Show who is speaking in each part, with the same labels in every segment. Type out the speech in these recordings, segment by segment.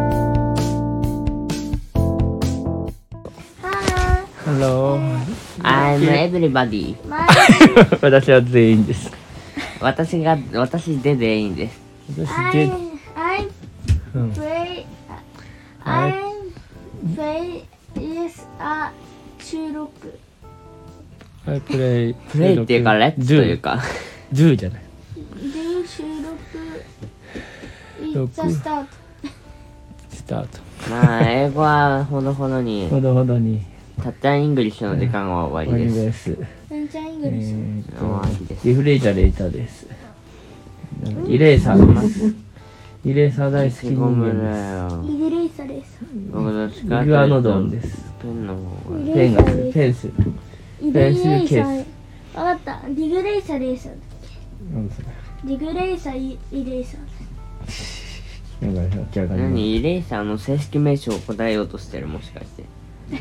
Speaker 1: I know everybody
Speaker 2: 私は全員です
Speaker 1: 私が私で全員です
Speaker 2: 私で
Speaker 3: I I
Speaker 2: うん
Speaker 3: play I play is a 収録
Speaker 2: I play
Speaker 1: プレイっていうかレッツというか
Speaker 2: do じゃない
Speaker 3: do 収録 it's
Speaker 2: 録
Speaker 3: a start
Speaker 2: スタート
Speaker 1: まあ英語はほどほどに
Speaker 2: ほどほどに
Speaker 1: たったイングリッシュの時間は終
Speaker 2: 終
Speaker 1: わ
Speaker 2: わ
Speaker 1: り
Speaker 2: り
Speaker 1: です
Speaker 2: です
Speaker 3: なんちゃんイング
Speaker 2: え
Speaker 3: リッシュ
Speaker 2: ーっ
Speaker 1: 終わりです
Speaker 2: とリフレイジャレーターですイレーサーですイレーサー大好き
Speaker 1: 消しゴ
Speaker 2: 人
Speaker 1: ム
Speaker 2: 間
Speaker 1: だ
Speaker 2: です
Speaker 1: よ
Speaker 3: イグレイサです
Speaker 1: 僕どっちかというと
Speaker 2: イグアノドンです
Speaker 1: ペンの方が
Speaker 2: ペンがペンス
Speaker 3: イグレイサーわかったディグレイサレイサー
Speaker 2: なんそれ
Speaker 3: ディグレイサイイレイサー
Speaker 2: なんかわけわかんない
Speaker 1: 何イレーサーの正式名称を答えようとしてるもしかして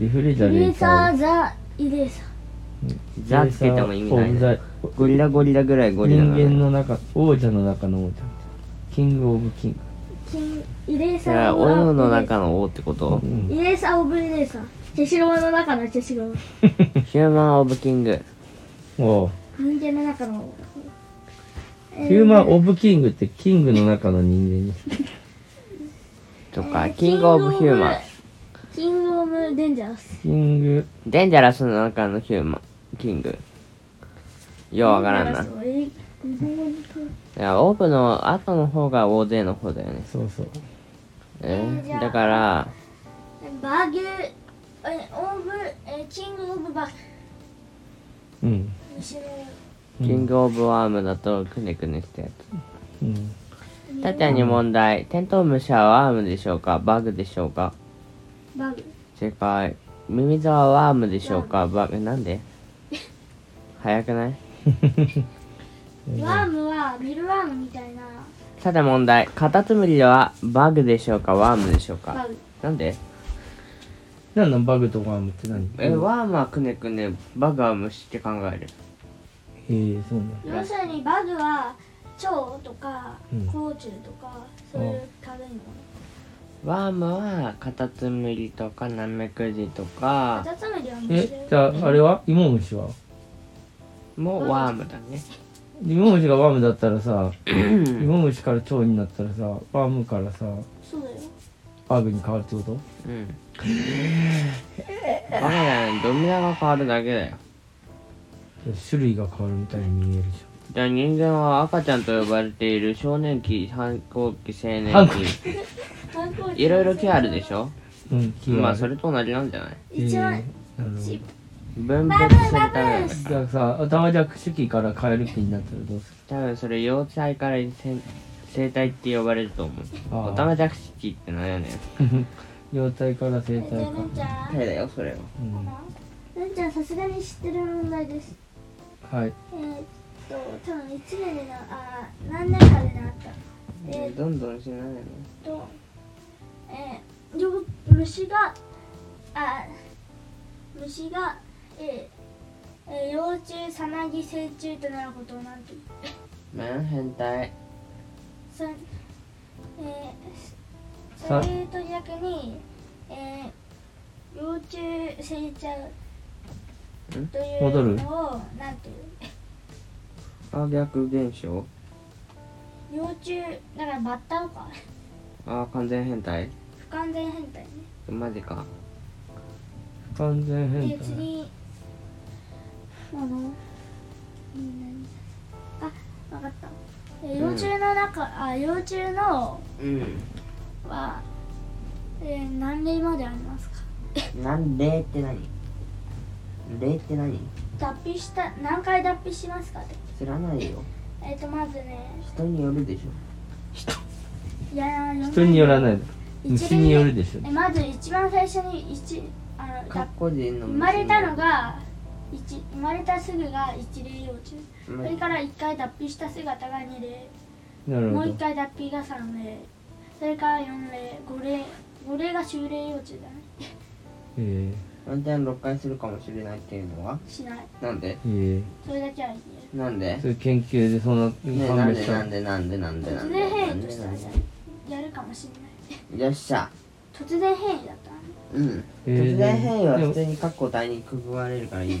Speaker 2: リフレイジャ
Speaker 3: イ
Speaker 2: レ
Speaker 3: レ
Speaker 2: ー
Speaker 3: イ
Speaker 2: タ
Speaker 3: サ
Speaker 2: ー
Speaker 3: ーザイレイサ
Speaker 1: ザつけても意味ない
Speaker 2: イレーサー
Speaker 1: ね
Speaker 2: オブザ
Speaker 1: ゴリラゴリラぐらいゴリラ
Speaker 2: 人
Speaker 1: な
Speaker 2: 間
Speaker 1: の
Speaker 2: の中王者の中の王者キングオブキング
Speaker 3: キンイレイ
Speaker 1: じ
Speaker 3: サ
Speaker 1: ゃ
Speaker 3: ー
Speaker 1: あオヨの中の王ってこと
Speaker 3: イレイサーオブイレイサー消しゴムの中の消しゴム
Speaker 1: ヒューマンオブキング
Speaker 2: おう
Speaker 3: 人間の中の
Speaker 2: ヒューマン・オブ・キングってキングの中の人間です
Speaker 1: とかキングオブヒューマン
Speaker 3: キングオブデンジャース
Speaker 2: キング
Speaker 1: デンジャラスの中のヒューマンキングようわからんない
Speaker 3: え日本語で書いて
Speaker 1: やオープンの後の方が大勢の方だよね
Speaker 2: そうそう
Speaker 1: え
Speaker 3: えーじゃあ
Speaker 1: だから
Speaker 3: バグえオブえキングオブバグ
Speaker 2: うん
Speaker 3: 一緒だよ
Speaker 2: うん
Speaker 1: キングオブワームだとくねくねしたや
Speaker 2: うん
Speaker 1: つたちゃんに問題テントウムシはワームでしょうかバグでしょうか
Speaker 3: バグ
Speaker 1: 正解ミミズはワームでしょうかバグなんで早くない
Speaker 3: ワームはビルワームみたいな
Speaker 1: さて問題カタツムリはバグでしょうかワームでしょう
Speaker 3: バ
Speaker 1: か
Speaker 3: グ
Speaker 1: なんで
Speaker 2: 何なんバグとワームって何
Speaker 1: えワームはくねくねバグは虫って考える
Speaker 2: えー、そうなの
Speaker 3: 要するにバグは蝶とか
Speaker 2: うん
Speaker 3: 甲虫とかそういう食べ物
Speaker 1: ワームはカタツムリとかナメクジとか
Speaker 3: カタツムリは虫だ
Speaker 2: え
Speaker 3: よ
Speaker 2: じゃああれはイモムシは
Speaker 1: もワームだ ね。
Speaker 2: イモムシがワームだったらさイモムシから蝶になったらさワームからさ
Speaker 3: そうだよ
Speaker 2: バグに変わるってこと
Speaker 1: うん。バカだよね。ドミナが変わるだけだよ。
Speaker 2: 種類が変わるみたいに見えるじ
Speaker 1: じゃあ人間は赤ちゃんと呼ばれている少年期、反抗期、青年
Speaker 2: 反抗
Speaker 1: 期。
Speaker 3: 観光地
Speaker 1: いろいろ気あるでしょ
Speaker 2: ゃんうん気
Speaker 1: まあそ
Speaker 2: れ
Speaker 1: れと同じなんじゃない
Speaker 3: 一番
Speaker 2: なるほど
Speaker 3: し
Speaker 1: 分別するためなんだか
Speaker 2: じ
Speaker 1: ら。
Speaker 2: ゃあさ頭弱主期からカエル期になったらどうする
Speaker 1: 多分それ幼体から生生体って呼ばれると思う。
Speaker 2: あー
Speaker 1: おたまじゃくしきってなんやねん。
Speaker 2: 幼体から生体
Speaker 3: じゃあ
Speaker 2: か
Speaker 3: ルンちゃん
Speaker 1: 手だよ、それは。
Speaker 2: うん
Speaker 3: ルンちゃんさすがに知ってる問題です
Speaker 2: はい
Speaker 3: えー、っと多分1年でなあー何年かでなったえー、っ
Speaker 1: どんどんしないの。
Speaker 3: とえー、よ虫があー虫がえーえー幼虫さなぎ成虫となることをなんて言う
Speaker 1: まあ変態。
Speaker 3: そえー、
Speaker 2: さ
Speaker 3: それと逆に、えー、幼虫成長
Speaker 1: ん
Speaker 3: とい
Speaker 2: 戻
Speaker 3: う
Speaker 2: る
Speaker 3: のをなんていう
Speaker 1: あ、逆現象
Speaker 3: 幼虫だからバッタとか
Speaker 1: あ、完全変態
Speaker 3: 不完全変態ね
Speaker 1: マジか。
Speaker 2: 完全
Speaker 3: で
Speaker 2: 変
Speaker 3: 次
Speaker 2: 態
Speaker 3: にあのうん何あわかったえー
Speaker 1: うん
Speaker 3: 幼虫の中、あ幼虫の
Speaker 1: うん。
Speaker 3: は、えー、何類までありますか
Speaker 1: なんでって何例って何
Speaker 3: 脱皮した何回脱皮しますかって
Speaker 1: 知らないよ。
Speaker 3: えっ、とまずね
Speaker 1: 人によるでし
Speaker 3: いや
Speaker 2: 人によら
Speaker 3: い
Speaker 2: ない虫によるでしょ
Speaker 3: えまず一番最初に一あの
Speaker 1: ょ。か
Speaker 3: だ
Speaker 1: っこ人の
Speaker 3: 生まれたのが一生まれたすぐが一例幼虫
Speaker 1: 生ま
Speaker 3: そ
Speaker 1: れ
Speaker 3: れから一回脱皮した姿が二例
Speaker 2: なる
Speaker 3: も
Speaker 2: ほ
Speaker 3: う一
Speaker 2: ど
Speaker 3: 回脱皮が三例それから四例五例五例が終例幼虫だね
Speaker 2: え
Speaker 1: ワンちゃん6回するかもしれないっていうのは
Speaker 3: しない
Speaker 1: なんで
Speaker 2: ー、え
Speaker 3: それだけは言
Speaker 1: なんで
Speaker 2: ー、そういう研究でそんな
Speaker 1: ねな
Speaker 2: 判
Speaker 1: ん
Speaker 2: 別
Speaker 1: で
Speaker 2: した
Speaker 1: な
Speaker 2: の
Speaker 1: んでなんでなん
Speaker 3: え
Speaker 1: で
Speaker 3: る
Speaker 1: な
Speaker 3: 突
Speaker 1: んで
Speaker 3: 然
Speaker 1: な
Speaker 3: 変
Speaker 1: ん
Speaker 3: 異と
Speaker 1: で
Speaker 3: した
Speaker 1: なん
Speaker 3: ら
Speaker 1: で
Speaker 3: やるかもしれない
Speaker 1: よっしゃ。
Speaker 3: 突然変異だったね
Speaker 1: うん
Speaker 2: えー
Speaker 1: 突然変異は
Speaker 2: でも
Speaker 1: 普通に括弧体にくぐわれるからいいね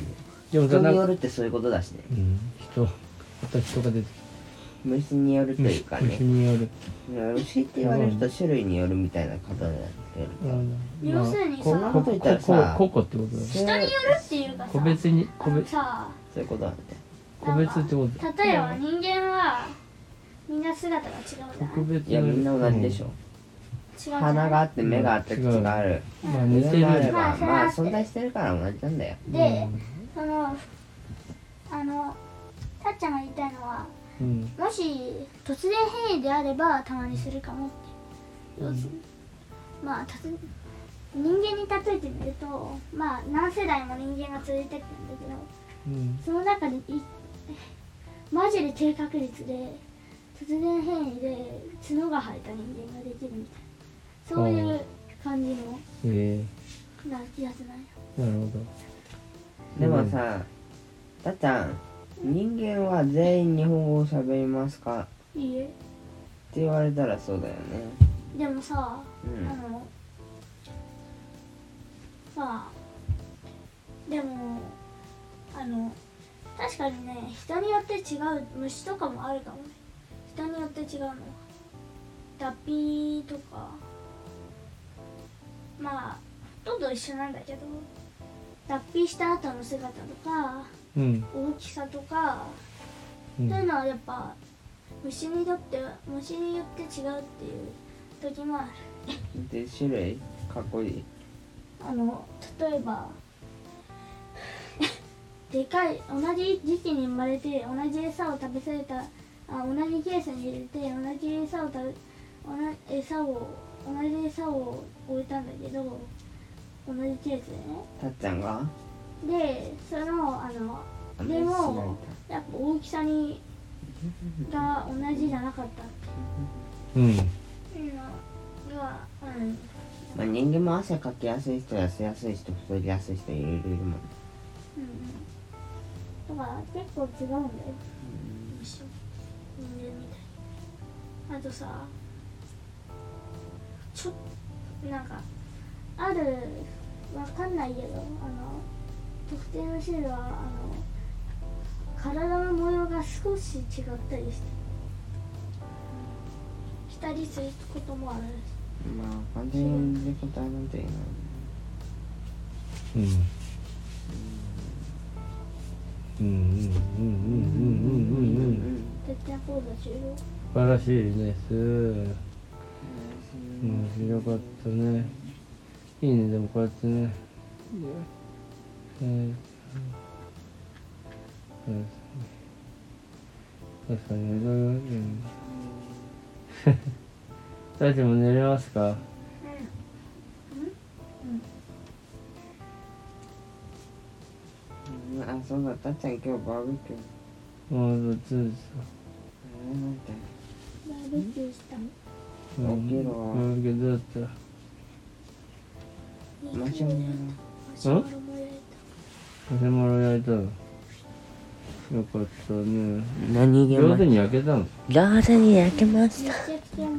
Speaker 2: でもさ
Speaker 1: 人
Speaker 2: な
Speaker 1: に
Speaker 2: ん
Speaker 1: よ
Speaker 2: か、
Speaker 1: るってそういうことだしね
Speaker 2: うん、人また人が出てき
Speaker 1: 虫によると
Speaker 2: て
Speaker 1: いうかね
Speaker 2: 虫による、
Speaker 1: 虫って言われると種類によるみたいな方だってる
Speaker 2: う
Speaker 1: から
Speaker 2: ん
Speaker 3: 要するに
Speaker 2: こ
Speaker 3: その
Speaker 2: こ
Speaker 1: こと
Speaker 2: こ
Speaker 1: 言ったらさ
Speaker 2: ここってことだよ
Speaker 1: そう
Speaker 3: 人によるっていうかさ
Speaker 2: 個別に
Speaker 3: あ
Speaker 2: 個
Speaker 3: の
Speaker 2: 別
Speaker 3: さ
Speaker 1: そういうことなんだよ
Speaker 2: 個別ってこと
Speaker 3: 例
Speaker 2: だよ
Speaker 3: えば人間はみんな姿が違うじゃない
Speaker 2: 特別
Speaker 1: いやみんな同じでし
Speaker 2: ょ、
Speaker 1: ょ
Speaker 3: 違うじゃない
Speaker 1: 鼻があって目があって口がある
Speaker 2: まあ似てる
Speaker 1: があれば
Speaker 3: まあ
Speaker 1: まあ存在してるから同じなんだよ
Speaker 3: で、そのあのたっちゃんが言いたいのは
Speaker 2: うん
Speaker 3: もし突然変異であればたまにするかもって、要するにまあたつ人間に例えてみるとまあ何世代も人間が続いてくるんだけど
Speaker 2: うん
Speaker 3: その中でいマジで低確率で突然変異で角が生えた人間ができるみたいなそういう感じの
Speaker 2: え
Speaker 3: なやつなんよ
Speaker 2: ー、なるほど
Speaker 1: でもさたっちゃん人間は全員日本語を喋りますか
Speaker 3: いいえ
Speaker 1: って言われたらそうだよね
Speaker 3: でもさ
Speaker 1: うん
Speaker 3: あのまあでもあの確かにね人によって違う虫とかもあるかもね人によって違うのは脱皮とかまあほとんど一緒なんだけど脱皮した後の姿とか
Speaker 2: うん
Speaker 3: 大きさとか
Speaker 2: う
Speaker 3: というんのはやっぱ虫にとって虫によって違うっていう時もある
Speaker 1: で種類かっこいい
Speaker 3: あの例えば でかい同じ時期に生まれて同じ餌を食べされたあ同じケースに入れて同じ餌を食べ同じ餌を同じ餌を置いたんだけど同じケース
Speaker 1: たっちゃんが
Speaker 3: でねでそのあの
Speaker 1: あん
Speaker 3: で
Speaker 1: まり好き
Speaker 3: もやっぱ大きさにが同じじゃなかった
Speaker 2: うん
Speaker 3: っていうのがうん
Speaker 1: まあ、人間も汗かきやすい人痩せやすい人太りやすい人いろいろいるもん
Speaker 3: うん、だから結構違うんだよ虫人間みたいにあとさちょっなんかあるわかんないけどあの特定の種類はあの体の模様が少し違ったりしてしたりすることもある
Speaker 1: まあ完全に答えなんていない
Speaker 2: うんうんうんうんうんうんうんうんうん
Speaker 3: 徹底講座終了
Speaker 2: 素晴らしいです面白かったねいいねでもこうやってねうんうん確かにいろいろうん大丈夫寝れますか
Speaker 1: うんあそうだたっちゃん今日バーベキュー
Speaker 2: もうどっちですか
Speaker 1: えなんて
Speaker 3: バーベキューしたの
Speaker 2: うん
Speaker 1: 起きろ
Speaker 2: うんけどだったら
Speaker 1: マシュマロ
Speaker 3: マシュマロも焼いた
Speaker 2: マシュマロ焼いたのよかったね
Speaker 1: 何
Speaker 2: 上手に焼けたの
Speaker 1: 上手に焼けま
Speaker 3: めちゃくちゃ危険ま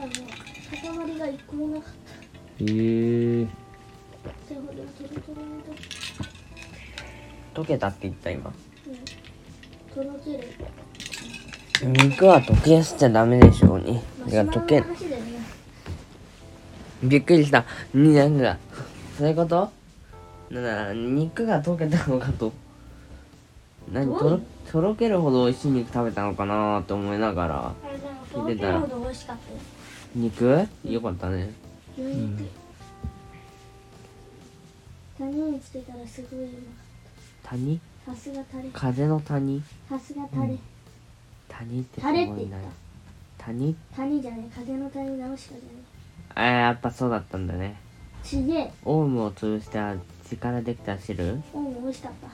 Speaker 3: ああの塊が一個もなかっ
Speaker 2: えー、
Speaker 3: たってほどトロトロの時
Speaker 1: 溶けたって言った今
Speaker 3: とろける
Speaker 1: 肉は溶けやすちゃダメでしょうに
Speaker 3: マシ
Speaker 1: いや
Speaker 3: ュマロ
Speaker 1: 溶
Speaker 3: の
Speaker 1: け
Speaker 3: 話だよね
Speaker 1: びっくりしたになんだそういうことなんだ肉が溶けたのかと何とろとろけるほど美味しい肉食べたのかなと思いながら
Speaker 3: あれでもとろけるほど美味しかったよ
Speaker 1: 肉よかったね
Speaker 3: 牛肉タレにつけたらすごいう
Speaker 1: 谷
Speaker 3: まかったさすがタレ
Speaker 1: 風の谷
Speaker 3: さすがタレ
Speaker 1: 谷ってす
Speaker 3: タレって
Speaker 1: ごい
Speaker 3: 言っ
Speaker 1: な
Speaker 3: た
Speaker 1: 谷
Speaker 3: 谷じゃねえ風の谷直しかじゃね
Speaker 1: あーやっぱそうだったんだね
Speaker 3: えちげえ
Speaker 1: オウムを潰した血からできた汁
Speaker 3: おう美味しかった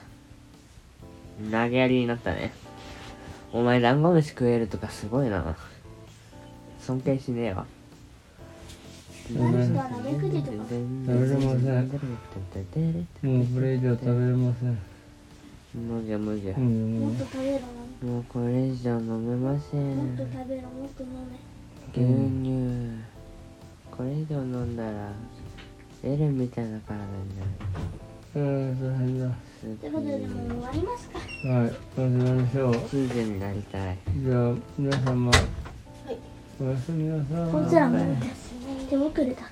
Speaker 1: 投げやりになったねお前ダンゴムシ食えるとかすごいな尊敬しねえわ
Speaker 3: あの人はなめくじとか
Speaker 2: 食べれま
Speaker 1: せん
Speaker 2: もうこれ以上食べれません
Speaker 1: 無理無理
Speaker 2: うん
Speaker 3: もっと食べろな
Speaker 1: もうこれ以上飲めませ
Speaker 3: もっと
Speaker 1: ん
Speaker 3: 食べろもっと飲め
Speaker 1: 牛乳ここれ以上飲んだらエレンみたいな体になる
Speaker 2: うん大変だ
Speaker 1: すっ
Speaker 3: と
Speaker 1: げ
Speaker 3: いうことで
Speaker 1: え
Speaker 3: もう終わりますか
Speaker 2: はいまずやりましょう
Speaker 1: チーズになりたい
Speaker 2: じゃあ皆様おやすみなさい
Speaker 3: こいつらもう手遅れだ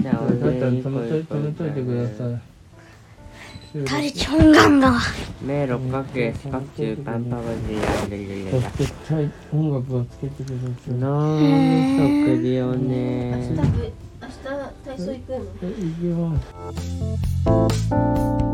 Speaker 1: じゃあ俺
Speaker 2: だったら止めとい
Speaker 1: 一個
Speaker 2: 止めといてください
Speaker 3: 誰チョンガンだわ
Speaker 1: 目六角形四角中パンパブジアンドリルレ
Speaker 2: そ
Speaker 1: だ
Speaker 2: して対音楽をつけてください
Speaker 1: 脳みそくりを
Speaker 4: 明日
Speaker 1: ね
Speaker 4: 部明日体操行くの
Speaker 2: え行きま
Speaker 3: 「
Speaker 2: す